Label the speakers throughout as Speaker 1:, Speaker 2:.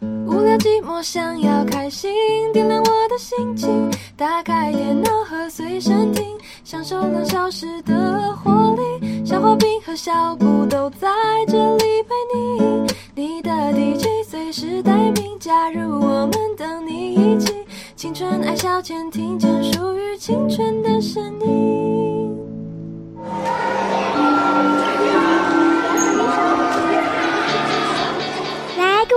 Speaker 1: 掉寂寞，想要开心，点亮我的心情，打开电脑和随身听，享受两小时的活力。小花瓶和小布都在这里陪你，你的 DJ 随时待命，加入我们，等你一起。青春爱消遣，听见属于青春的声音。
Speaker 2: 来，各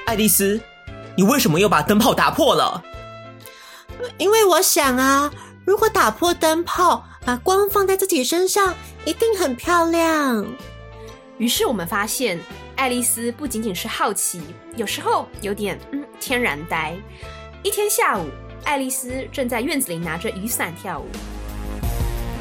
Speaker 3: 爱丽丝，你为什么又把灯泡打破了？
Speaker 4: 因为我想啊，如果打破灯泡，把光放在自己身上，一定很漂亮。
Speaker 5: 于是我们发现，爱丽丝不仅仅是好奇，有时候有点嗯天然呆。一天下午，爱丽丝正在院子里拿着雨伞跳舞，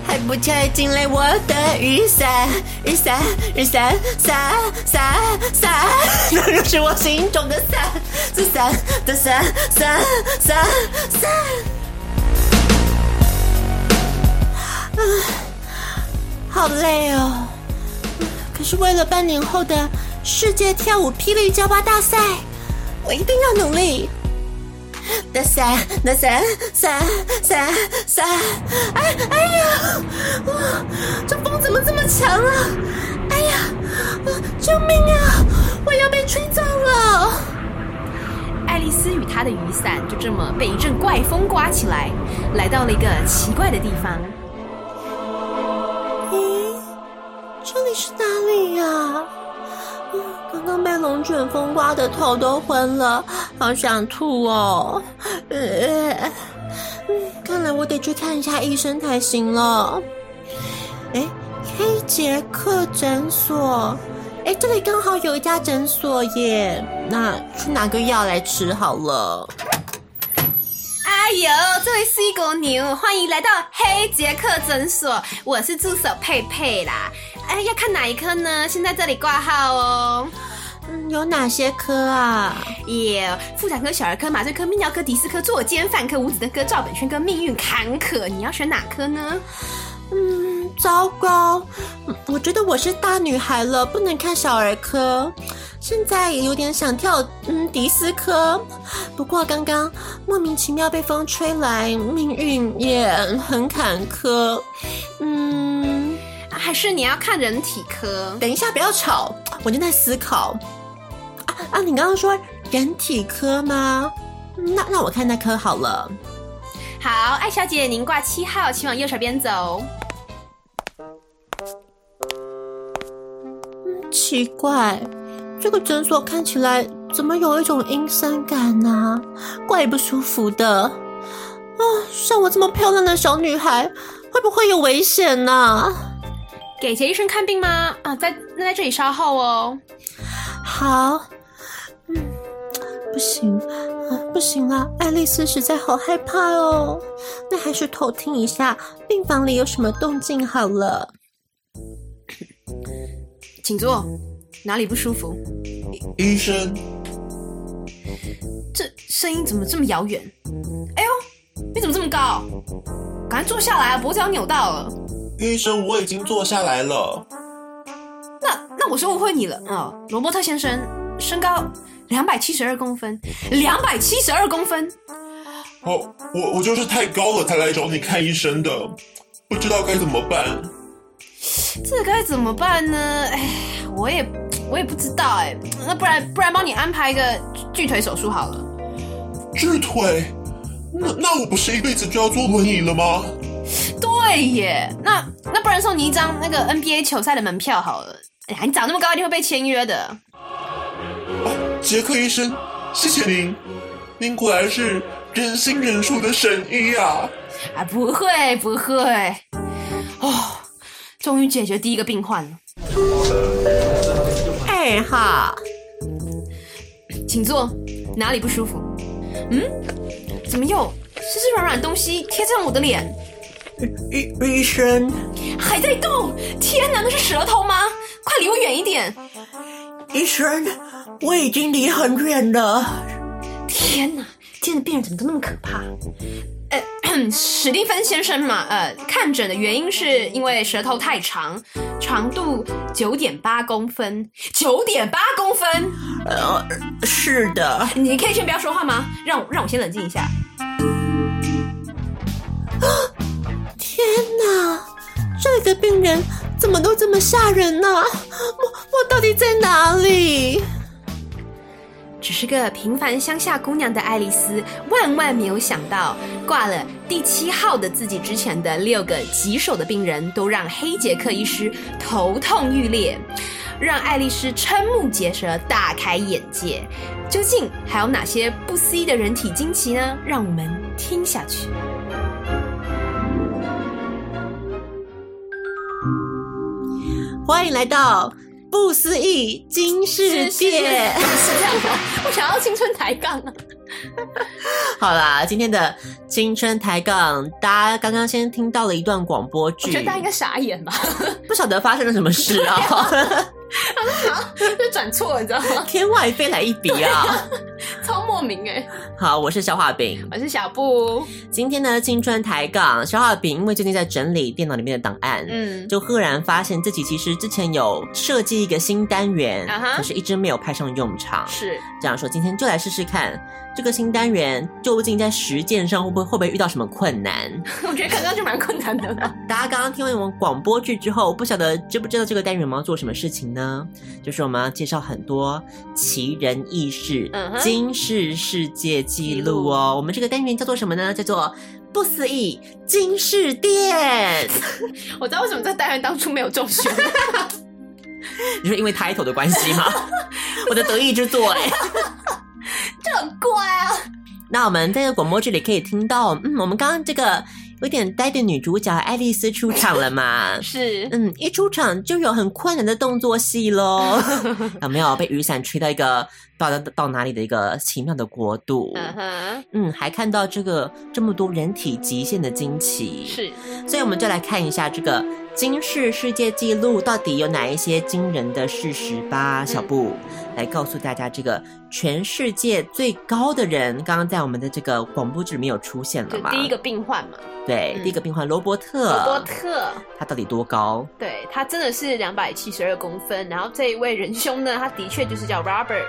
Speaker 4: 还不快进来我的雨伞，雨伞，雨伞，伞伞伞， 那就是我心中的伞，这伞的伞伞伞伞。 啊，好累哦！可是为了半年后的世界跳舞霹雳交吧大赛，我一定要努力。的伞，的伞，伞，伞，伞！哎，哎呀，哇，这风怎么这么强啊？哎呀，啊救命啊！我要被吹走了！
Speaker 5: 爱丽丝与她的雨伞就这么被一阵怪风刮起来，来到了一个奇怪的地方。
Speaker 4: 咦，哎这里是哪里呀、嗯刚刚被龙卷风刮的头都昏了，好想吐哦。呃，嗯看来我得去看一下医生才行了。哎，黑杰克诊所，哎，这里刚好有一家诊所耶，那去拿个药来吃好了。
Speaker 5: 哎呦，这位西狗牛，欢迎来到黑杰克诊所，我是助手佩佩啦。哎，要看哪一科呢？先在这里挂号哦。
Speaker 4: 嗯，有哪些科啊？
Speaker 5: 耶、妇产科、小儿科、麻醉科、泌尿科、迪斯科、坐肩犯科、五子登科、照本宣科、命运坎坷，你要选哪科呢？
Speaker 4: 糟糕，嗯我觉得我是大女孩了，不能看小儿科。现在也有点想跳嗯迪斯科，不过刚刚莫名其妙被风吹来，命运也很坎坷。嗯，
Speaker 5: 啊还是你要看人体科？
Speaker 4: 等一下不要吵，我正在思考。啊啊，你刚刚说人体科吗？嗯那那我看那科好了。
Speaker 5: 好，艾小姐，您挂七号，请往右手边走。
Speaker 4: 奇怪，这个诊所看起来怎么有一种阴森感呢、怪不舒服的。啊，像我这么漂亮的小女孩，会不会有危险啊呢、
Speaker 5: 给杰医生看病吗？啊，在那在这里稍后哦。
Speaker 4: 好，嗯，不行，啊，不行了，爱丽丝实在好害怕哦。那还是偷听一下病房里有什么动静好了。
Speaker 5: 请坐，哪里不舒服？
Speaker 6: 医生，
Speaker 5: 这声音怎么这么遥远？哎呦，你怎么这么高？赶快坐下来啊，脖子要扭到了。
Speaker 6: 医生，我已经坐下来了。
Speaker 5: 那那我是误会你了哦，罗伯特先生，身高两百七十二公分，两百七十二公分，
Speaker 6: 哦，我我就是太高了才来找你看医生的，不知道该怎么办。
Speaker 5: 这该怎么办呢？哎，我也我也不知道哎，那不然不然帮你安排一个锯腿手术好了。
Speaker 6: 锯腿？那那我不是一辈子就要坐轮椅了吗？
Speaker 5: 对耶，那那不然送你一张那个 NBA 球赛的门票好了。哎呀，你长那么高一定会被签约的。
Speaker 6: 哦，杰克医生，谢谢您，您果然是人心人术的神医啊！
Speaker 5: 啊，不会不会。哦，终于解决第一个病患了，
Speaker 7: 哎
Speaker 4: 二号，
Speaker 5: 请坐。哪里不舒服？嗯，怎么又湿湿软软的东西贴上我的脸，
Speaker 7: 医医生，
Speaker 5: 还在动？天哪，那是舌头吗？快离我远一点！
Speaker 7: 医生，我已经离很远了。
Speaker 5: 天哪，今天的病人怎么都那么可怕？呃， 咳史蒂芬先生嘛，呃，看诊的原因是因为舌头太长，长度九点八公分，九点八公分。
Speaker 7: 是的，
Speaker 5: 你可以先不要说话吗？让我让我先冷静一下。
Speaker 4: 天哪，这个病人怎么都这么吓人呢、我我到底在哪里？
Speaker 5: 只是个平凡乡下姑娘的爱丽丝，万万没有想到，挂了第七号的自己之前的六个棘手的病人，都让黑杰克医师头痛欲裂，让爱丽丝瞠目结舌，大开眼界。究竟还有哪些不思议的人体惊奇呢？让我们听下去。
Speaker 4: 欢迎来到不思议金世
Speaker 5: 是是是
Speaker 4: 界。
Speaker 5: 这样吗？ 我想要青春抬杠啊！
Speaker 4: 好啦，今天的青春抬杠，大家刚刚先听到了一段广播
Speaker 5: 我
Speaker 4: 剧
Speaker 5: 觉得大家应该傻眼吧，
Speaker 4: 不晓得发生了什么事啊！
Speaker 5: 就转错了，你知道吗？
Speaker 4: 天外飞来一笔啊！
Speaker 5: 超莫名哎、
Speaker 4: 好，我是小画饼。
Speaker 5: 我是小布，
Speaker 4: 今天呢，青春抬杠，小画饼因为最近在整理电脑里面的档案，
Speaker 5: 嗯，
Speaker 4: 就赫然发现自己其实之前有设计一个新单元
Speaker 5: 啊哈
Speaker 4: 可是一直没有派上用场。
Speaker 5: 是。
Speaker 4: 这样说，今天就来试试看这个新单元究竟在实践上会不会会不会遇到什么困难。
Speaker 5: 我觉得刚刚就蛮困难的了。
Speaker 4: 大家刚刚听完我们广播剧之后，不晓得知不知道这个单元我们要做什么事情呢？就是我们要介绍很多奇人异事、
Speaker 5: 嗯哼
Speaker 4: 惊世世界纪录哦。我们这个单元叫做什么呢？叫做不思议金世店。
Speaker 5: 我知道为什么这单元当初没有中选，
Speaker 4: 你说因为 title 的关 系吗？我的得意之作哎。
Speaker 5: 这很怪啊。
Speaker 4: 那我们在这个广播剧里可以听到，嗯，我们刚刚这个有点呆的女主角爱丽丝出场了嘛？
Speaker 5: 是，
Speaker 4: 嗯，一出场就有很困难的动作戏 喽，有没有被雨伞吹到一个到到到哪里的一个奇妙的国度？
Speaker 5: 嗯哼，
Speaker 4: 嗯，还看到这个这么多人体极限的惊奇，
Speaker 5: 是，
Speaker 4: 所以我们就来看一下这个金氏世界纪录到底有哪一些惊人的事实
Speaker 5: 嗯
Speaker 4: 吧。小布、来告诉大家，这个全世界最高的人，刚刚在我们的这个广播剧里面有出现了
Speaker 5: 就
Speaker 4: 嘛？
Speaker 5: 第一个病患嘛，
Speaker 4: 对，
Speaker 5: 嗯
Speaker 4: 第一个病患罗伯特，
Speaker 5: 罗伯特，
Speaker 4: 他到底多高？
Speaker 5: 对他真的是两百七十二公分。然后这一位仁兄呢，他的确就是叫 Robert，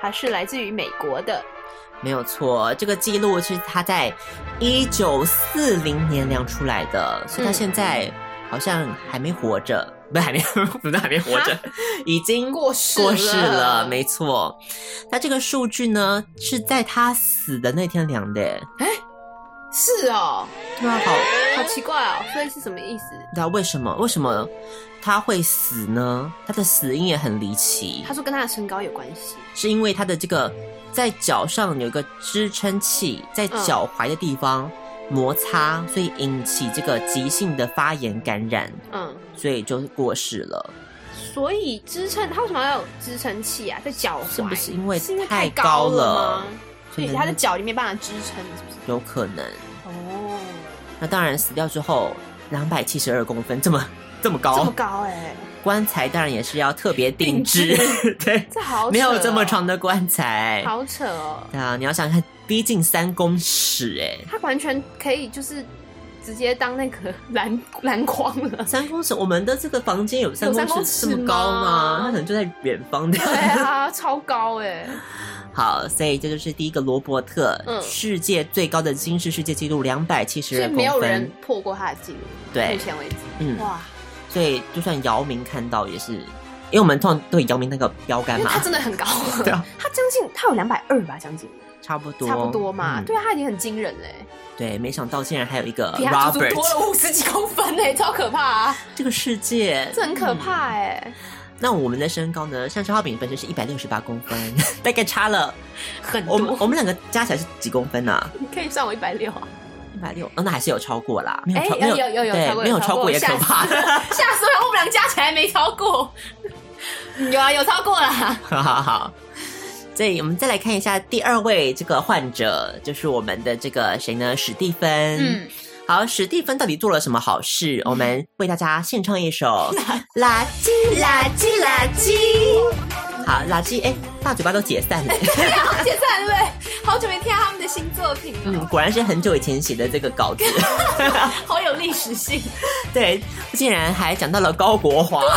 Speaker 5: 他是来自于美国的，
Speaker 4: 没有错，这个记录是他在一九四零年量出来的，所以他
Speaker 5: 嗯
Speaker 4: 现在好像还没活着，不是还没， 不是还没活着
Speaker 5: 哈，
Speaker 4: 已经
Speaker 5: 过世
Speaker 4: 过世
Speaker 5: 了
Speaker 4: 了，没错。他这个数据呢是在他死的那天量的，
Speaker 5: 是哦，
Speaker 4: 对啊，好，
Speaker 5: 好奇怪哦，所以是什么意思？
Speaker 4: 不知道为什么，为什么他会死呢？他的死因也很离奇
Speaker 5: 他，说跟他的身高有关系，
Speaker 4: 是因为他的这个在脚上有一个支撑器，在
Speaker 5: 嗯
Speaker 4: 脚踝的地方摩擦，所以引起这个急性的发炎感染，
Speaker 5: 嗯，
Speaker 4: 所以就过世了。
Speaker 5: 所以支撑他为什么要有支撑器啊？在脚踝
Speaker 4: 是不是因为
Speaker 5: 是因为
Speaker 4: 太
Speaker 5: 高
Speaker 4: 高了
Speaker 5: 吗？
Speaker 4: 所
Speaker 5: 所
Speaker 4: 以
Speaker 5: 以他的脚就没办法支撑，是不是？
Speaker 4: 有可能。
Speaker 5: 哦，
Speaker 4: 那当然，死掉之后两百七十二公分，这么这么
Speaker 5: 这
Speaker 4: 高
Speaker 5: 么，高哎、
Speaker 4: 棺材当然也是要特别定制， 对，
Speaker 5: 这好扯哦
Speaker 4: 没有这么长的棺材。
Speaker 5: 好扯哦，
Speaker 4: 对啊，你要想看，逼近三公尺、哎，
Speaker 5: 它完全可以就是直接当那个 篮篮筐 了。
Speaker 4: 三公尺，我们的这个房间有三
Speaker 5: 有三
Speaker 4: 公
Speaker 5: 公
Speaker 4: 尺
Speaker 5: 尺
Speaker 4: 这么高吗？
Speaker 5: 吗
Speaker 4: 它可能就在远方的。
Speaker 5: 对啊，超高哎、
Speaker 4: 好，所以这就是第一个罗伯特，
Speaker 5: 嗯
Speaker 4: 世界最高的金氏世界纪录两百七十
Speaker 5: 所以
Speaker 4: 二
Speaker 5: 没有
Speaker 4: 公
Speaker 5: 人
Speaker 4: 分。
Speaker 5: 破过他的记录，
Speaker 4: 对
Speaker 5: 目前为止，
Speaker 4: 嗯
Speaker 5: 哇，
Speaker 4: 所以就算姚明看到也是，因为我们通常对姚明那个标杆
Speaker 5: 因为
Speaker 4: 嘛
Speaker 5: 他，真的很高，
Speaker 4: 对啊，
Speaker 5: 他将近他有两百二吧，将近
Speaker 4: 差不多，
Speaker 5: 差不多嘛，
Speaker 4: 嗯
Speaker 5: 对啊，他已经很惊人嘞，
Speaker 4: 对，没想到竟然还有一个
Speaker 5: 比他足足
Speaker 4: Robert，
Speaker 5: 多了五十几公分嘞，超可怕啊，
Speaker 4: 这个世界
Speaker 5: 这很可怕哎、
Speaker 4: 那我们的身高呢？像消浩饼本身是一百六十八公分， 大概差了
Speaker 5: 很
Speaker 4: 我们
Speaker 5: 多，
Speaker 4: 我们两个加起来是几公分呢、啊？
Speaker 5: 你可以上我一百六啊，
Speaker 4: 一百六，那还是有超过啦，没
Speaker 5: 哎
Speaker 4: 有超、，没
Speaker 5: 有有有有
Speaker 4: 对
Speaker 5: 超过，
Speaker 4: 没有超
Speaker 5: 超过
Speaker 4: 也可怕。
Speaker 5: 吓死了吓死我，我们俩加起来没超过，有啊，有超过啦，
Speaker 4: 好好好，所以我们再来看一下第二位这个患者，就是我们的这个谁呢？史蒂芬。
Speaker 5: 嗯，
Speaker 4: 好，史蒂芬到底做了什么好事？我们为大家献唱一 首《垃圾垃圾垃圾》。好，垃圾，哎，大嘴巴都解散了。
Speaker 5: 哎好解散对不对？好久没听到他们的新作品
Speaker 4: 嗯，
Speaker 5: 了，
Speaker 4: 果然是很久以前写的这个稿子。 嗯
Speaker 5: 好有历史性，
Speaker 4: 对，竟然还讲到了高国华。
Speaker 5: 我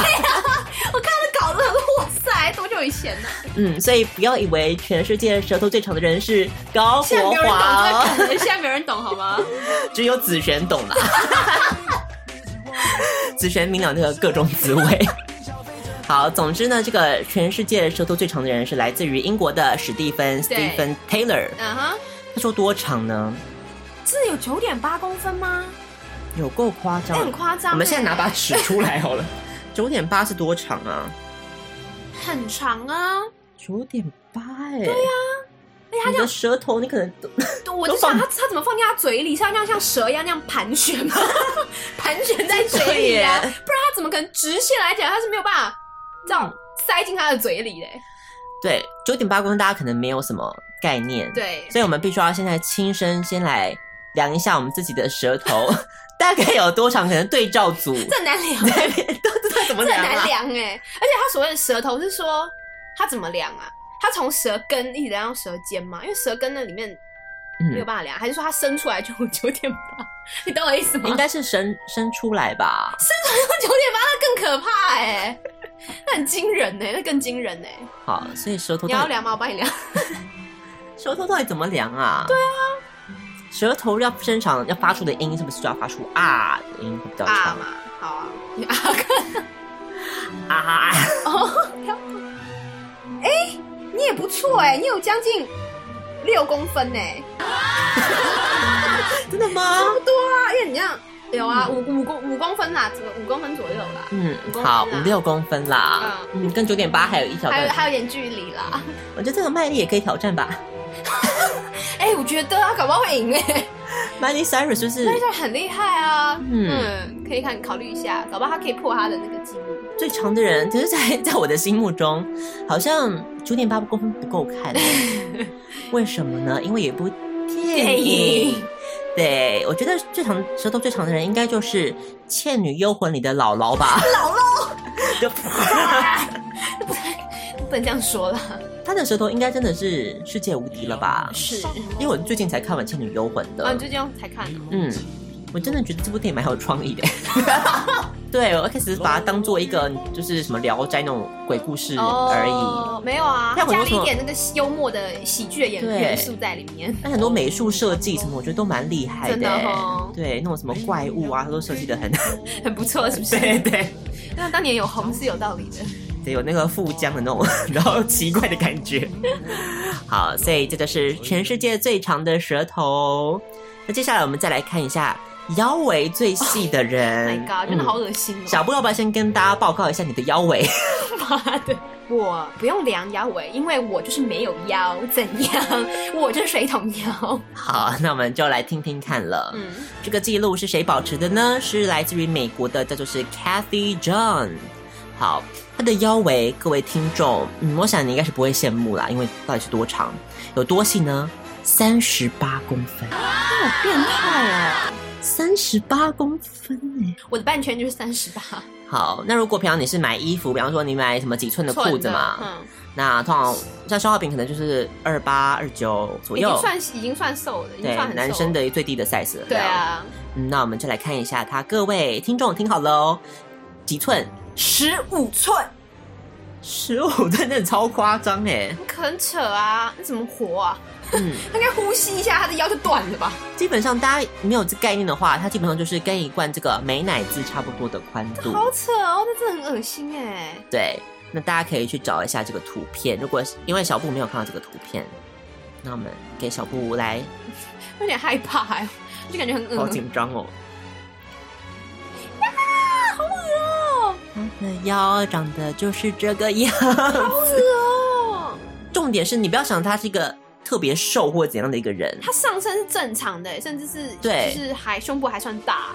Speaker 5: 看了搞得很哇塞，多久以前呢、
Speaker 4: 嗯，所以不要以为全世界舌头最长的人是高
Speaker 5: 现在
Speaker 4: 国
Speaker 5: 没有人懂
Speaker 4: 华哦，
Speaker 5: 这个梗，现在没有人懂好吗？
Speaker 4: 只有子璇懂啦。 子璇明了那个各种滋味。好，总之呢，这个全世界舌头最长的人是来自于英国的史蒂芬 （Stephen Taylor）。
Speaker 5: 嗯哼，
Speaker 4: 他说多长呢？
Speaker 5: 这有九点八公分吗？
Speaker 4: 有够夸张，
Speaker 5: 哎很夸张
Speaker 4: 哦我们现在
Speaker 5: 哎
Speaker 4: 拿把尺出来好了。九点八是多长啊？
Speaker 5: 哎很长啊！
Speaker 4: 九点八哎。对呀、哎你的舌头你可能都
Speaker 5: 我就想他他怎么放进他嘴里？像那样像蛇一样那样盘旋吗？ 盘旋在嘴里啊！不
Speaker 4: 对耶
Speaker 5: 然他怎么可能直线来讲？他是没有办法这样塞进他的嘴里嘞。
Speaker 4: 对，九点八公分大家可能没有什么概念，，
Speaker 5: 对，
Speaker 4: 所以我们必须要现在亲身先来量一下我们自己的舌 头大概有多长，可能对照组，
Speaker 5: 这很难量，啊
Speaker 4: 对，都知道怎么
Speaker 5: 这
Speaker 4: 量
Speaker 5: 很难
Speaker 4: 啊？
Speaker 5: 量哎、而且他所谓的舌头是说他怎么量啊？他从舌根一直量到舌尖嘛，因为舌根那里面没有
Speaker 4: 嗯，
Speaker 5: 办法量，还是说他伸出来就九点八？ 你懂我意思吗？
Speaker 4: 应该是伸伸出来吧？
Speaker 5: 九点八那更可怕哎、那很惊人欸呢、那更惊人呢、
Speaker 4: 好，所以舌头
Speaker 5: 你要
Speaker 4: 到底
Speaker 5: 量吗？我帮你量。
Speaker 4: 舌头到底怎么量啊？对啊，舌头要伸长要发出的音是不是就要发出啊的音会比较长
Speaker 5: 啊嘛，好啊，你啊 哥，
Speaker 4: 啊啊啊！
Speaker 5: 你也不错哎、你有将近六公分欸呢、
Speaker 4: 真的吗？
Speaker 5: 不多啊，因为你这样有啊，五五公五公分啦，这个五公分左右啦，
Speaker 4: 嗯
Speaker 5: 五公，分啦
Speaker 4: 好，五六公分啦，嗯，跟九点八还有一小
Speaker 5: 还有
Speaker 4: 段，
Speaker 5: 还有点距离啦。
Speaker 4: 我觉得这个麦力也可以挑战吧。
Speaker 5: 哎、我觉得他搞不好会赢哎、欸，
Speaker 4: Miley Cyrus 就是
Speaker 5: 那就很厉害啊。
Speaker 4: 嗯
Speaker 5: 嗯，可以看考虑一下，搞不好他可以破他的那个记录。
Speaker 4: 最长的人， 可是在在我的心目中，好像九点八公分不够 看，为什么呢？因为有一部电影，对我觉得最长舌头最长的人应该就是《倩女幽魂》里的姥姥吧，姥姥， 就
Speaker 5: 不能这样说啦，
Speaker 4: 她的舌头应该真的是世界无敌了吧？
Speaker 5: 是
Speaker 4: 因为我最近才看完《倩女幽魂》的，
Speaker 5: 啊，你就这样才看哦。
Speaker 4: 嗯，我真的觉得这部电影蛮有创意的。 对，我开始把它当做一个就是什么《聊斋》那种鬼故事而已。
Speaker 5: 哦、没有啊，
Speaker 4: 那
Speaker 5: 加
Speaker 4: 我就
Speaker 5: 了
Speaker 4: 说
Speaker 5: 一点那个幽默的喜剧的元
Speaker 4: 对
Speaker 5: 元素在里面。
Speaker 4: 那很多美术设计什么，我觉得都蛮厉害
Speaker 5: 真
Speaker 4: 的
Speaker 5: 的
Speaker 4: 欸。
Speaker 5: 哦
Speaker 4: 对，那种什么怪物啊，它都设计的很，
Speaker 5: 很不错，是不 是？
Speaker 4: 对嗯对，
Speaker 5: 那当年有红是有道理的。
Speaker 4: 对，有那个富江的那种， 然后奇怪的感觉。 好，所以这就是全世界最长的舌头。那接下来我们再来看一下腰围最细的
Speaker 5: Oh My
Speaker 4: 人。
Speaker 5: God，真的
Speaker 4: 嗯
Speaker 5: 好恶心哦！
Speaker 4: 小布，要不要先跟大家报告一下你的腰围？
Speaker 5: 妈的，我不用量腰围，因为我就是没有腰，怎样？我就是水桶腰。
Speaker 4: 好，那我们就来听听看了。
Speaker 5: 嗯，
Speaker 4: 这个记录是谁保持的呢？是来自于美国的，叫做是 Kathy John。好，她的腰围，各位听众，嗯，我想你应该是不会羡慕啦，因为到底是多长，有多细呢？三十八公分，好变态啊！三十八公分哎、
Speaker 5: 我的半圈就是三十八，
Speaker 4: 好，好，那如果平常你是买衣服，比方说你买什么几寸的裤子嘛，
Speaker 5: 嗯，
Speaker 4: 那通常像消耗品可能就是二八、二九左
Speaker 5: 已
Speaker 4: 右
Speaker 5: 经，算已经算瘦了，已经
Speaker 4: 对
Speaker 5: 算很，瘦
Speaker 4: 男生
Speaker 5: 了。
Speaker 4: 的最低的 size 了。
Speaker 5: 对啊，
Speaker 4: 嗯，那我们就来看一下它，各位听众听好喽，几寸？
Speaker 5: 十五寸，
Speaker 4: 十五寸，真的超夸张哎。
Speaker 5: 可很扯啊！那怎么活啊？
Speaker 4: 嗯，
Speaker 5: 他应该呼吸一下，他的腰就断了吧？
Speaker 4: 基本上大家没有这概念的话，它基本上就是跟一罐这个美乃滋差不多的宽度。
Speaker 5: 好扯哦，那真的很恶心哎。
Speaker 4: 对，那大家可以去找一下这个图片。如果是因为小布没有看到这个图片，那我们给小布来，
Speaker 5: 我有点害怕哎，我就感觉很恶
Speaker 4: 好
Speaker 5: 心。
Speaker 4: 紧张哦。呀，好恶哦！他的腰长得就是这个样子。
Speaker 5: 哦，
Speaker 4: 重点是你不要想他是一个特别瘦或者怎样的一个人，
Speaker 5: 他上身是正常的，甚至是
Speaker 4: 对
Speaker 5: 就是还胸部还算大，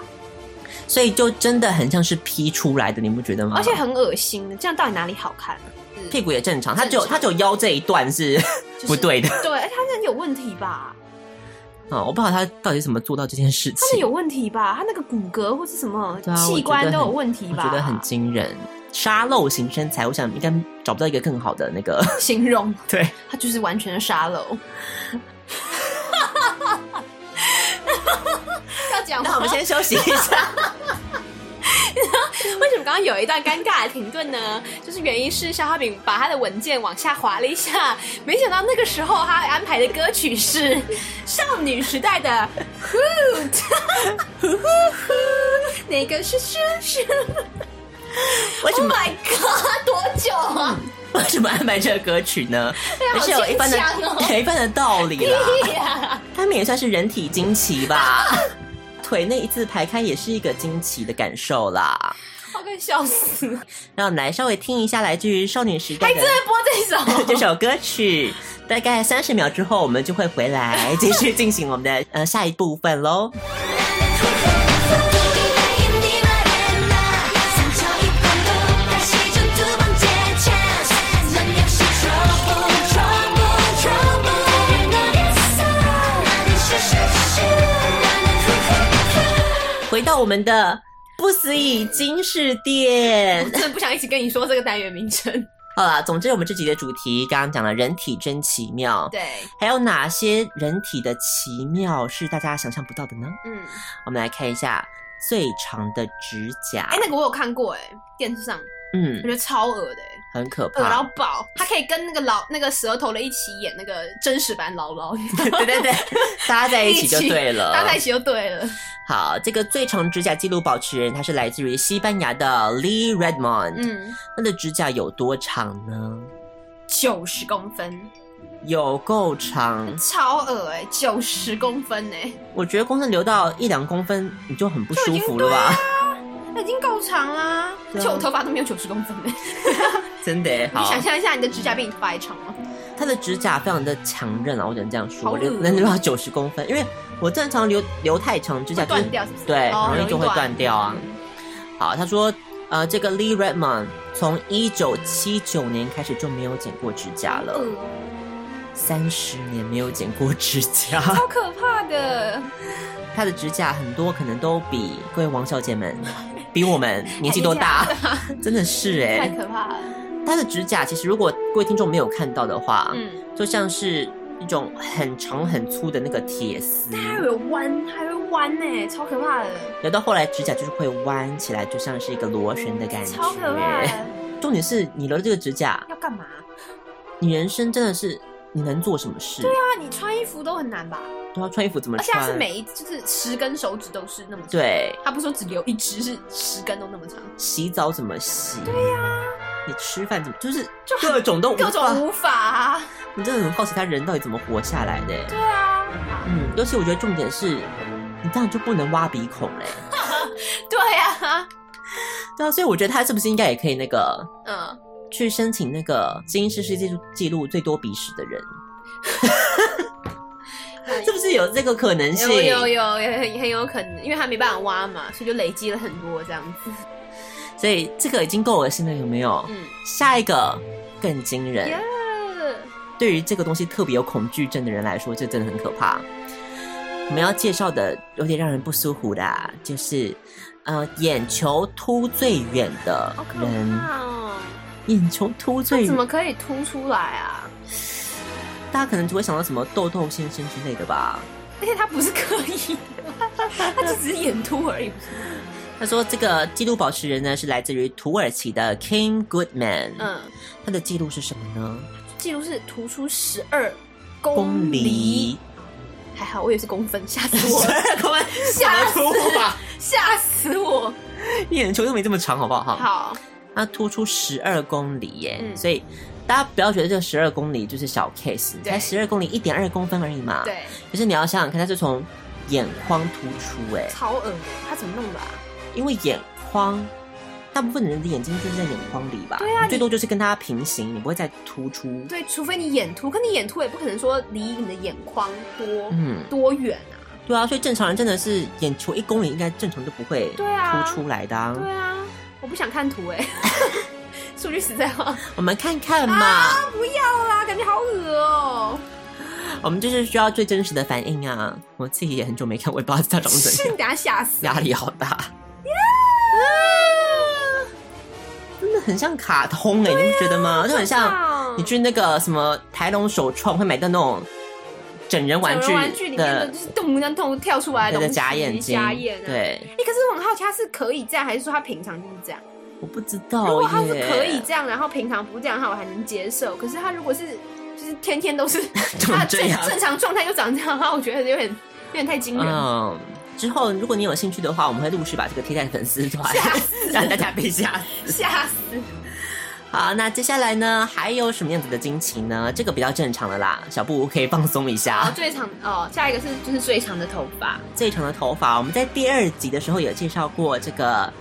Speaker 4: 所以就真的很像是 P 出来的，你不觉得吗？
Speaker 5: 而且很恶心的。这样到底哪里好看？啊
Speaker 4: 屁股也正常，他只
Speaker 5: 正
Speaker 4: 有
Speaker 5: 常
Speaker 4: 他只有腰这一段是
Speaker 5: 就是
Speaker 4: 不对的。
Speaker 5: 对，哎他那有问题吧？
Speaker 4: 啊、我不知道他到底是怎么做到这件事
Speaker 5: 他那
Speaker 4: 情
Speaker 5: 有。问题吧？他那个骨骼或是什么
Speaker 4: 对啊我
Speaker 5: 器
Speaker 4: 觉
Speaker 5: 官
Speaker 4: 得
Speaker 5: 都有
Speaker 4: 很
Speaker 5: 问题
Speaker 4: 我
Speaker 5: 吧？
Speaker 4: 觉得很惊人，沙漏型身材，我想应该找不到一个更好的那个。
Speaker 5: 形容，
Speaker 4: 对，
Speaker 5: 他就是完全的沙漏。 要讲
Speaker 4: 那
Speaker 5: 吗
Speaker 4: 我们先休息一 下。
Speaker 5: 为什么刚刚有一段尴尬的停顿呢？就是原因是消化饼把他的文件往下滑了一下，没想到那个时候他安排的歌曲是少女时代的《Hoot》，那个是是是
Speaker 4: 为什
Speaker 5: ，Oh
Speaker 4: 么
Speaker 5: my god，多久啊？
Speaker 4: 为什么安排这个歌曲 呢？而
Speaker 5: 好
Speaker 4: 且有一般的
Speaker 5: 牵强哦
Speaker 4: 有一般的道理 啦。
Speaker 5: 对呀，
Speaker 4: 他们也算是人体惊奇吧。 腿那一字排开也是一个惊奇的感受啦。
Speaker 5: 我快笑死了！
Speaker 4: 让我们来稍微听一下来自于少女时代
Speaker 5: 还
Speaker 4: 的
Speaker 5: 真的播
Speaker 4: 这
Speaker 5: 这 首，
Speaker 4: 首歌曲。大概三十秒之后，我们就会回来继续进行我们的呃下一部分喽。回到我们的不死以金饰店。
Speaker 5: 真的不想一起跟你说这个单元名称。
Speaker 4: 好啦，总之我们这集的主题刚刚讲了人体真奇妙，
Speaker 5: 对，
Speaker 4: 还有哪些人体的奇妙是大家想象不到的呢？
Speaker 5: 嗯，
Speaker 4: 我们来看一下最长的指甲，
Speaker 5: 哎、那个我有看过、哎，电视上我
Speaker 4: 嗯
Speaker 5: 觉，得超恶的、哎。
Speaker 4: 很可
Speaker 5: 恶到
Speaker 4: 怕，
Speaker 5: 爆，他可以跟那个老那个舌头的一起演那个真实版姥 姥，你知道吗
Speaker 4: 对对对，搭在一起就对 了，
Speaker 5: 搭在一起就对了。
Speaker 4: 好，这个最长指甲记录保持人，他是来自于西班牙的 Lee Redmond。嗯，
Speaker 5: 嗯，
Speaker 4: 他的指甲有多长呢？
Speaker 5: 九十公分，
Speaker 4: 有够长，
Speaker 5: 超恶哎、欸，九十公分哎、
Speaker 4: 我觉得光是留到一两公分，你就很不舒服了吧？
Speaker 5: 那已经够长啦，而
Speaker 4: 对啊
Speaker 5: 且我头发都没有九十公分哎、欸，
Speaker 4: 真的耶，
Speaker 5: 你
Speaker 4: 好
Speaker 5: 想，象一下，你的指甲比你头发还长吗？
Speaker 4: 他的指甲非常的强韧啊，我只能这样说，
Speaker 5: 好
Speaker 4: 我留
Speaker 5: 恶哦
Speaker 4: 能留到九十公分，因为我正常留留太长，指甲
Speaker 5: 会
Speaker 4: 就是
Speaker 5: 断掉是不是？
Speaker 4: 对，
Speaker 5: 哦
Speaker 4: 很容易就会断掉啊。
Speaker 5: 嗯
Speaker 4: 好，他说，呃，这个 Lee Redmond 从一九七九年开始就没有剪过指甲了，
Speaker 5: 嗯
Speaker 4: 三十年没有剪过指甲。
Speaker 5: 好可怕的，
Speaker 4: 他的指甲很多可能都比各位王小姐 们，比我们年纪都大， 真的是哎、
Speaker 5: 啊太可怕了。
Speaker 4: 他的指甲其实如果各位听众没有看到的话，
Speaker 5: 嗯，
Speaker 4: 就像是一种很长很粗的那个铁丝，
Speaker 5: 它还有弯，还会弯呢、欸，超可怕的，
Speaker 4: 聊到后来指甲就是会弯起来，就像是一个螺旋的感觉。
Speaker 5: 超可怕的。
Speaker 4: 重点是你留了这个指甲，
Speaker 5: 要干嘛？
Speaker 4: 你人生真的是你能做什么事？对啊，
Speaker 5: 那你穿衣服都很难吧？
Speaker 4: 都要穿衣服怎么
Speaker 5: 而且它
Speaker 4: 穿？
Speaker 5: 是每一就是十根手指都是那么长，，
Speaker 4: 对，
Speaker 5: 他不是说只留一只是十根都那么长，
Speaker 4: 洗澡怎么洗？对呀、你吃饭怎么就是各种都无
Speaker 5: 各
Speaker 4: 法
Speaker 5: 种无法、啊。
Speaker 4: 你真的很好奇他人到底怎么活下来的欸。
Speaker 5: 对啊，
Speaker 4: 嗯，尤其我觉得重点是，你这样就不能挖鼻孔嘞。
Speaker 5: 对啊，
Speaker 4: 对啊，所以我觉得他是不是应该也可以那个
Speaker 5: 嗯，
Speaker 4: 去申请那个吉尼斯世界纪录最多鼻屎的人？ 是不是有这个可能性？
Speaker 5: 哎有有有，也很很有可能，因为他没办法挖嘛，所以就累积了很多这样子。
Speaker 4: 所以这个已经够恶心了，有没有？
Speaker 5: 嗯，
Speaker 4: 下一个更惊人。
Speaker 5: 耶、呃
Speaker 4: 对于这个东西特别有恐惧症的人来说，这真的很可怕。我们要介绍的有点让人不舒服啦，就是呃，眼球凸最远的
Speaker 5: 好可
Speaker 4: 人，
Speaker 5: 怕哦！
Speaker 4: 眼球凸
Speaker 5: 它
Speaker 4: 最远，
Speaker 5: 怎么可以凸出来啊？
Speaker 4: 大家可能就会想到什么痘痘先生之类的吧。
Speaker 8: 而且他不是刻意的，他就只是眼凸而已。
Speaker 4: 他说，这个纪录保持人呢是来自于土耳其的 Kim Goodman，
Speaker 5: 嗯，
Speaker 4: 他的记录是什么呢？
Speaker 5: 记录是突出十二
Speaker 4: 公
Speaker 5: 公
Speaker 4: 里！
Speaker 5: 里，。还好我也是公分，吓死我
Speaker 4: 公分
Speaker 5: 吓死
Speaker 4: 突吧，
Speaker 5: 吓死我！
Speaker 4: 眼球又没这么长，好不好？
Speaker 5: 好，
Speaker 4: 它突出十二公里耶，
Speaker 5: 嗯
Speaker 4: 所以大家不要觉得这十二公里就是小 case，
Speaker 5: 对
Speaker 4: 才十二公里一点二公分而已嘛。，
Speaker 5: 对，
Speaker 4: 可是你要想想看，它是从眼眶突出哎，
Speaker 5: 超恶，他怎么弄的啊？
Speaker 4: 因为眼眶大部分人的眼睛就是在眼眶里吧，
Speaker 5: 对啊
Speaker 4: 你最多就是跟它平行，你不会再突出。
Speaker 5: 对，除非你眼凸，可你眼凸也不可能说离你的眼眶多、
Speaker 4: 嗯，
Speaker 5: 多远啊？
Speaker 4: 对啊，所以正常人真的是眼球一公里应该正常都不会
Speaker 5: 对啊
Speaker 4: 凸出来的、啊
Speaker 5: 对啊，我不想看 图哎、说句实在话，
Speaker 4: 我们看看嘛，
Speaker 5: 不要啦，感觉好恶哦、
Speaker 4: 我们就是需要最真实的反应啊。我自己也很久没看，我也不知道它长怎
Speaker 5: 是
Speaker 4: 样
Speaker 5: 你，等下吓死。
Speaker 4: 压力好 大。真的很像卡通哎、你不觉得吗？就很
Speaker 5: 啊
Speaker 4: 像你去那个什么台龙首创会买到那种整人玩
Speaker 5: 整
Speaker 4: 具
Speaker 5: 容玩具里面的
Speaker 4: 的
Speaker 5: 就是动不动动跳出来的
Speaker 4: 对的
Speaker 5: 东西
Speaker 4: 假眼睛，
Speaker 5: 假眼、啊。哎、
Speaker 4: 对，
Speaker 5: 可是我很好奇，他是可以这样，还是说他平常就是这样？
Speaker 4: 我不知
Speaker 5: 如
Speaker 4: 道
Speaker 5: 果他是
Speaker 4: 耶，
Speaker 5: 可以这样，然后平常不这样的话，我还能接受。可是他如果是就是天天 都是
Speaker 4: 怎么
Speaker 5: 他
Speaker 4: 这
Speaker 5: 正
Speaker 4: 样
Speaker 5: 正常状态就长这样的话，我觉得有点有点太惊人了。
Speaker 4: 嗯。之后，如果你有兴趣的话，我们会陆续把这个贴在粉丝团
Speaker 5: 吓 死，
Speaker 4: 让大家被吓死。
Speaker 5: 吓死！
Speaker 4: 好，那接下来呢，还有什么样子的惊奇呢？这个比较正常的啦，小布可以放松一
Speaker 5: 然后
Speaker 4: 下。
Speaker 5: 最长哦，下一个是就是最长的头发，
Speaker 4: 最长的头发，我们在第二集的时候有介绍过这个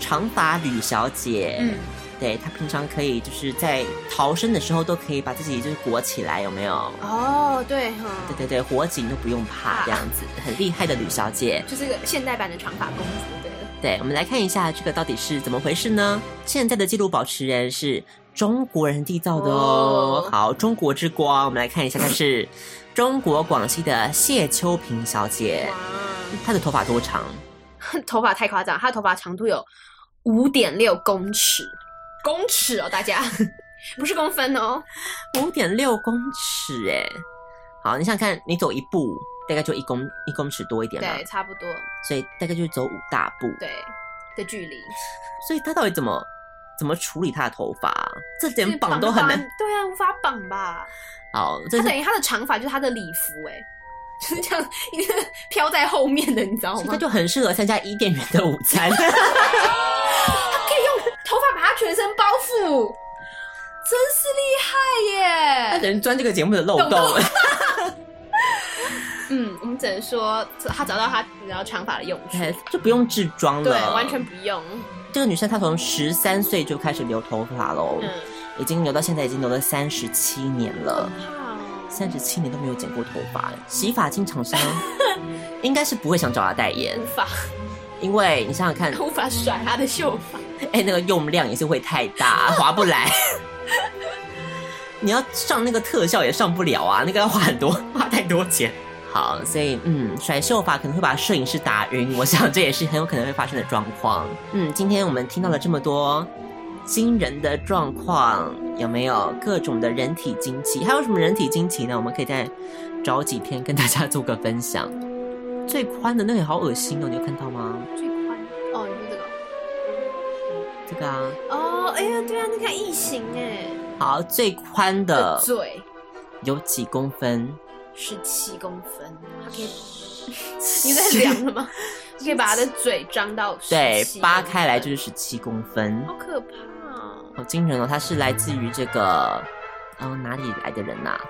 Speaker 4: 长发吕小姐，
Speaker 5: 嗯，
Speaker 4: 对她平常可以就是在逃生的时候都可以把自己就是裹起来，有没有？
Speaker 5: 哦，对哈，
Speaker 4: 对对对，火警都不用怕，
Speaker 5: 啊
Speaker 4: 这样子很厉害的吕小姐。
Speaker 5: 就是个现代版的长发公主，对了
Speaker 4: 对，我们来看一下这个到底是怎么回事呢？现在的纪录保持人是中国人缔造的哦。
Speaker 5: 哦
Speaker 4: 好，中国之光，我们来看一下，她是中国广西的谢秋萍小姐，她的头发多长？
Speaker 5: 哇， 头发太夸张，她的头发长度有五点六公尺，公尺哦，大家 不是公分哦，
Speaker 4: 五点六公尺哎。好，你想想看，你走一步大概就一公一公尺多一点嘛，
Speaker 5: 对，差不多，
Speaker 4: 所以大概就是走五大步。
Speaker 5: 对的距离，
Speaker 4: 所以她到底怎么怎么处理她的头发啊？这连绑都很
Speaker 5: 绑
Speaker 4: 难。
Speaker 5: 得绑对啊，无法绑吧？
Speaker 4: 好，这
Speaker 5: 她
Speaker 4: 是
Speaker 5: 等于她的长发就是她的礼服，哎，就是这样 飘在后面的，你知道
Speaker 4: 所以
Speaker 5: 吗
Speaker 4: 她？就很适合参加伊甸园的午 餐。
Speaker 5: 头发把她全身包覆，真是厉害
Speaker 4: 他
Speaker 5: 耶！
Speaker 4: 等于钻这个节目的漏
Speaker 5: 洞
Speaker 4: 洞。
Speaker 5: 嗯，我们只能说她找到她你知道长发的用 处，
Speaker 4: 哎就不用置装了，
Speaker 5: 对，完全。不用，
Speaker 4: 这个女生她从十三岁就开始留头发喽，
Speaker 5: 嗯，
Speaker 4: 已经留到现在已经留了三十七年了，
Speaker 5: 好哦
Speaker 4: 三十七年都没有剪过头发，洗发精厂商应该是不会想找她代言
Speaker 5: 无，法
Speaker 4: 因为你想想看，
Speaker 5: 无法甩她的秀发，
Speaker 4: 哎，那个用量也是会太大，划不来。 你要上那个特效也上不了啊，那个要花很多， 花太多钱。好，所以嗯，甩秀发可能会把摄影师打晕，我想这也是很有可能会发生的状况。嗯，今天我们听到了这么多惊人的状况，有没有各种的人体惊奇？还有什么人体惊奇呢？我们可以再找几篇跟大家做个分享。最宽的那个也好恶心哦，你有看到吗？
Speaker 5: 最宽哦，你说
Speaker 4: 这
Speaker 5: 这个
Speaker 4: 个啊，
Speaker 5: 哦，哎呀，对啊，那个异形哎，
Speaker 4: 好，最宽的
Speaker 5: 的嘴
Speaker 4: 有几公分？
Speaker 5: 十七公分，它可以，你在量了吗？你可以把它的嘴张到
Speaker 4: 对，
Speaker 5: 17
Speaker 4: 扒开来就是十七公分，
Speaker 5: 好可怕哦！
Speaker 4: 好惊人哦！它是来自于这个，嗯、哪里来的人呐、啊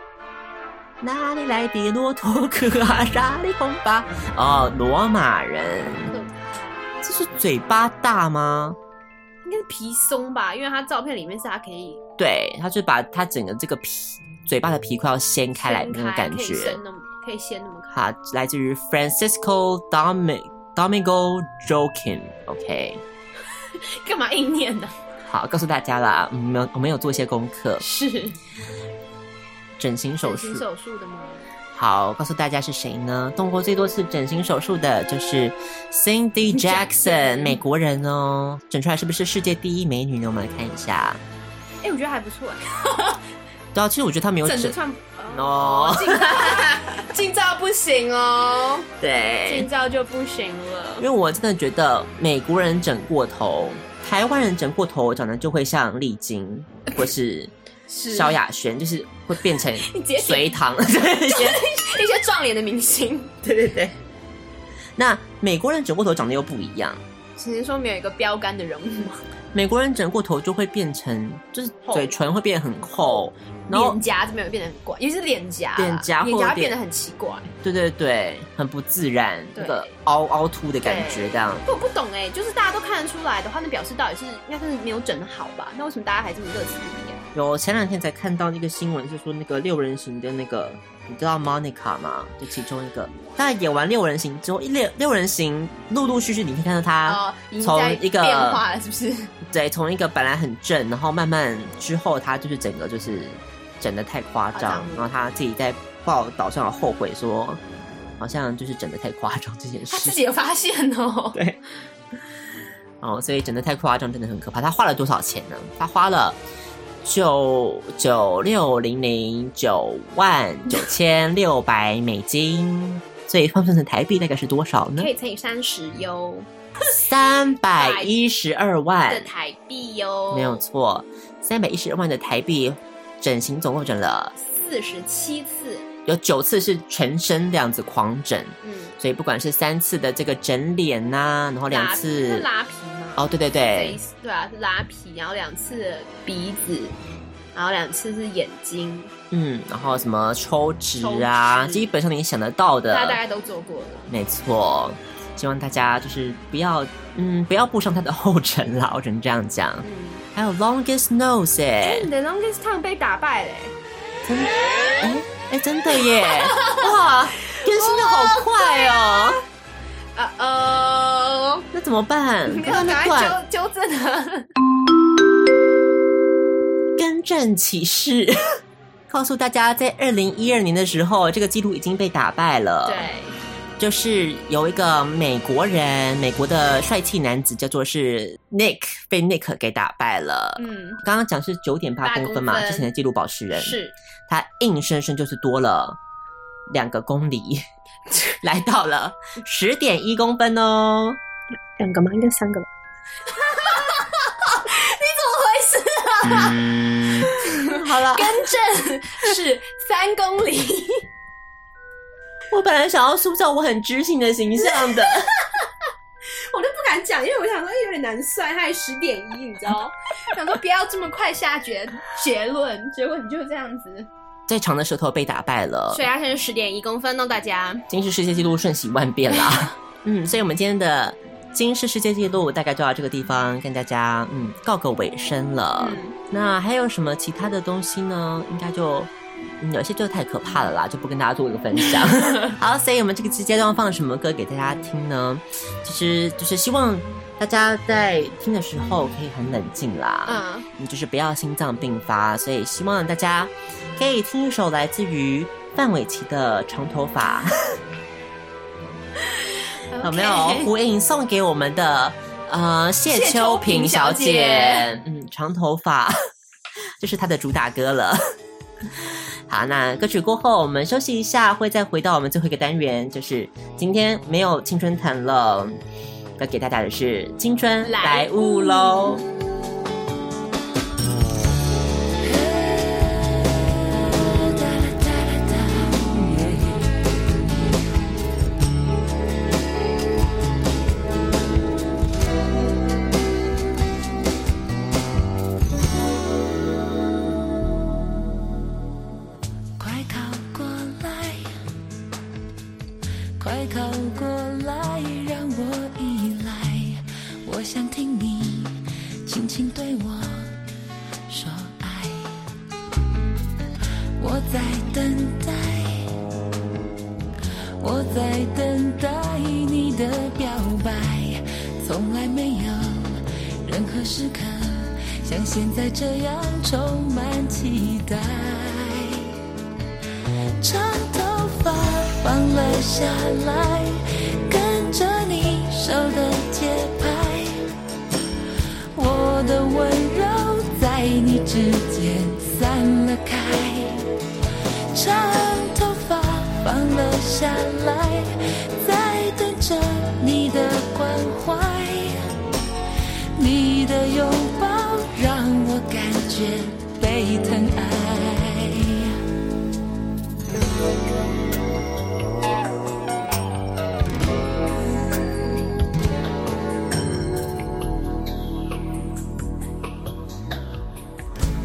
Speaker 4: 哪里来的骆驼哥啊？哪里红吧？哦，罗马人。
Speaker 5: 可怕
Speaker 4: 这是嘴巴大吗？
Speaker 5: 应该是皮松吧，因为它照片里面是它可以
Speaker 4: 对，他就把他整个这个皮嘴巴的皮快要掀开来的那
Speaker 5: 分
Speaker 4: 种
Speaker 5: 开
Speaker 4: 感
Speaker 5: 可以
Speaker 4: 觉
Speaker 5: 伸。那么可以掀那么开。
Speaker 4: 好，来自于 Francisco Domi Domingo Joaquin。OK，
Speaker 5: 干嘛硬 念呢？
Speaker 4: 好，告诉大家啦，嗯没有我们有做一些功课，
Speaker 5: 是
Speaker 4: 整形手
Speaker 5: 整
Speaker 4: 术
Speaker 5: 形。手术的吗？
Speaker 4: 好，告诉大家是谁呢？动过最多次整形手术的就是 Cindy Jackson，美国人哦。整出来是不是世界第一美女呢？我们来看一下。
Speaker 5: 哎、我觉得还不错、哎，
Speaker 4: 对啊，其实我觉得她没有
Speaker 5: 整的
Speaker 4: 整
Speaker 5: 算
Speaker 4: 哦，
Speaker 5: 近照， 近照不 行哦，
Speaker 4: 对
Speaker 5: 近，照就不行了
Speaker 4: 因。为我真的觉得美国人整过头，台湾人整过头，长得就会像丽 晶或是
Speaker 5: 是
Speaker 4: 萧亚轩，就是会变 成
Speaker 5: 直接
Speaker 4: 隋唐。 对
Speaker 5: 一些撞脸的明星，
Speaker 4: 对对对。那美国人整过头长得又不一样，
Speaker 5: 只能说没有一个标杆的人物嘛，
Speaker 4: 美国人整过头就会变成，就是
Speaker 5: 厚嗯
Speaker 4: 嘴唇会变很厚，然后
Speaker 5: 脸颊这边有变得很怪，尤其是脸颊啦，
Speaker 4: 脸颊或
Speaker 5: 脸颊
Speaker 4: 者
Speaker 5: 会变
Speaker 4: 脸
Speaker 5: 得很奇怪。
Speaker 4: 对对对，很不自然，
Speaker 5: 对
Speaker 4: 那个凹凹凸的感觉，这样
Speaker 5: 我不懂哎、就是大家都看得出来的话，那表示到底是应该是没有整好吧？那为什么大家还这么乐此不疲啊？
Speaker 4: 有前两天才看到那个新闻，是说那个六人行的那个，你知道 Monica 吗？就其中一个，大家演完六人行之后，一六六人行陆陆续续你可以看到他
Speaker 5: 哦，已经
Speaker 4: 啊从
Speaker 5: 在
Speaker 4: 一个
Speaker 5: 变化了，是不是？
Speaker 4: 对，从一个本来很正，然后慢慢之后他就是整个就是整的太夸张
Speaker 5: 夸张，
Speaker 4: 然后他自己在报道上有后悔说，好像就是整的太夸张这件事，
Speaker 5: 他自己有发现哦。
Speaker 4: 对。哦，所以整的太夸张，真的很可怕。他花了多少钱呢？他花了九九六零零九万九千六百美金，所以换算成台币大概是多少呢
Speaker 5: 可？以乘以三十哟
Speaker 4: 三百一十二
Speaker 5: 的
Speaker 4: 万，
Speaker 5: 台币哟，
Speaker 4: 哎没有错，三百一十二万的台币。整形总共整了
Speaker 5: 四十七次，
Speaker 4: 有九次是全身这样子狂整，
Speaker 5: 嗯，
Speaker 4: 所以不管是三次的这个整脸呐、然后两
Speaker 5: 拉是
Speaker 4: 次
Speaker 5: 拉皮吗？
Speaker 4: 哦，对对
Speaker 5: 这
Speaker 4: 对
Speaker 5: 一，次对啊，是拉皮，然后两次鼻子，然后两次是眼睛，
Speaker 4: 嗯，然后什么抽脂啊，
Speaker 5: 抽脂
Speaker 4: 基本上你想得到
Speaker 5: 大家大
Speaker 4: 的，
Speaker 5: 概都做过了。
Speaker 4: 没错。希望大家就是不要，嗯，不要步上他的后尘啦，我只能这样讲。
Speaker 5: 嗯，
Speaker 4: 还有 longest nose 哎、
Speaker 5: 你的嗯 longest time 被打败欸嘞、
Speaker 4: 真哎哎真的 耶，哇，更新的好快哦，
Speaker 5: 啊哦，
Speaker 4: 那怎么办？
Speaker 5: 你
Speaker 4: 不
Speaker 5: 要
Speaker 4: 要那
Speaker 5: 赶
Speaker 4: 段
Speaker 5: 快纠纠正啊！
Speaker 4: 更正启事， 告诉大家，在二零一二年的时候，这个记录已经被打败了。
Speaker 5: 对，
Speaker 4: 就是有一个美国人，美国的帅气男子叫做是 Nick，被 Nick 给打败了。
Speaker 5: 嗯，
Speaker 4: 刚刚讲是九点八公分嘛，
Speaker 5: 8公分
Speaker 4: 之前的纪录保持人，
Speaker 5: 是
Speaker 4: 他硬生生就是多了两个公里， 来到了十点一公分哦。
Speaker 9: 两个吗？应该三 个吧。
Speaker 4: 啊
Speaker 5: 嗯
Speaker 4: 好了，
Speaker 5: 更正是三公里，
Speaker 4: 我本来想要塑造我很知性的形象的，
Speaker 5: 我都不敢讲，因为我想说哎有点难算，他还十点一，你知 道？想说不要这么快下结结论，结果你就这样子，
Speaker 4: 最长的舌头被打败了
Speaker 5: 所，以他现在十点一公分哦，大家
Speaker 4: 今世世界纪录瞬息万变 啦。嗯，所以我们今天的今世世界纪录大概就到这个地方跟大家嗯告个尾声了。
Speaker 5: 嗯
Speaker 4: 那还有什么其他的东西呢？应该就。嗯有些就太可怕了啦，就不跟大家做一个分享。 好，所以我们这个阶段放什么歌给大家听呢？其实就是希望大家在听的时候可以很冷静啦。
Speaker 5: 嗯，
Speaker 4: 嗯，就是不要心脏病发，所以希望大家可以听一首来自于范玮琪的《长头发》
Speaker 5: OK
Speaker 4: 呃有没有呼应送给我们的呃谢
Speaker 5: 谢
Speaker 4: 秋
Speaker 5: 秋
Speaker 4: 萍
Speaker 5: 萍
Speaker 4: 小
Speaker 5: 小
Speaker 4: 姐
Speaker 5: 姐？
Speaker 4: 嗯，长头发， 这是她的主打歌了。 好，那歌曲过后，我们休息一下，会再回到我们最后一个单元，就是今天没有青春谈了，要给大家的是青春
Speaker 5: 来
Speaker 4: 来物喽。
Speaker 1: 快靠过来，快靠过来，让我依赖。我想听你轻轻对我说爱。我在等待，我在等待你的表白，从来没有任何时刻像现在这样充满期待。长头发，放了下来，跟着你手的节拍，我的温柔在你指尖散了开，长头发放了下来，在等着你的关怀，你的拥抱让我感觉被疼爱。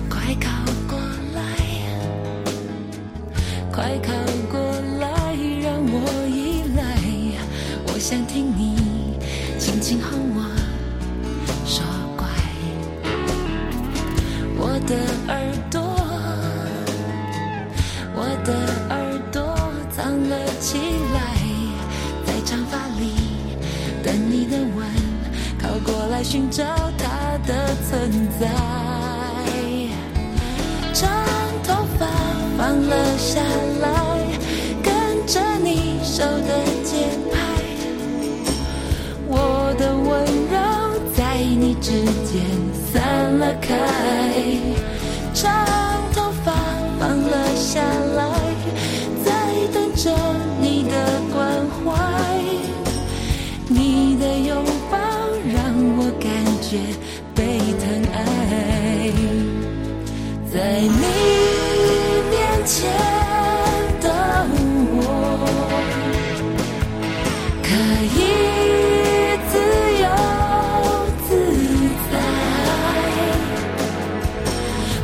Speaker 1: 快靠过来，快靠过来，让我依赖。我想听你轻轻哄我说乖，我的耳朵，我的耳朵藏了起来，在长发里等你的吻，靠过来寻找它的存在。长头发放了下来，跟着你手的节拍，我的温柔在你指尖散了开。长头发放了下来，在等着你的关怀，你的拥抱让我感觉被疼爱。在你面前的我，可以自由自在，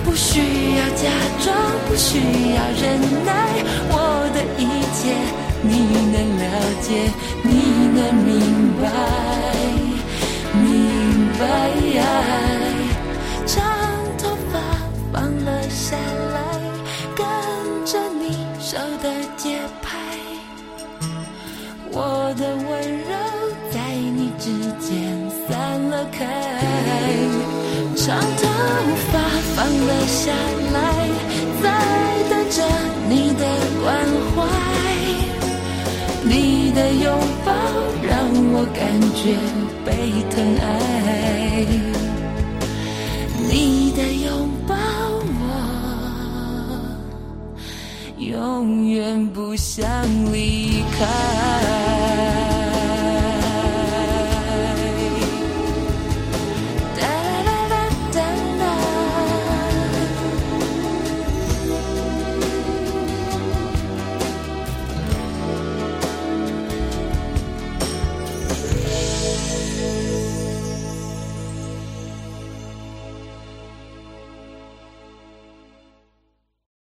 Speaker 1: 不需要假装，不需要忍耐，我的一切你能了解，你能明白，明白。长头发放了下来，跟着你手的节拍，我的温柔在你指尖散了开。长头发放了下来，在等着你的关怀，你的拥抱让我感觉被疼爱。你的拥抱我，永远不想离开。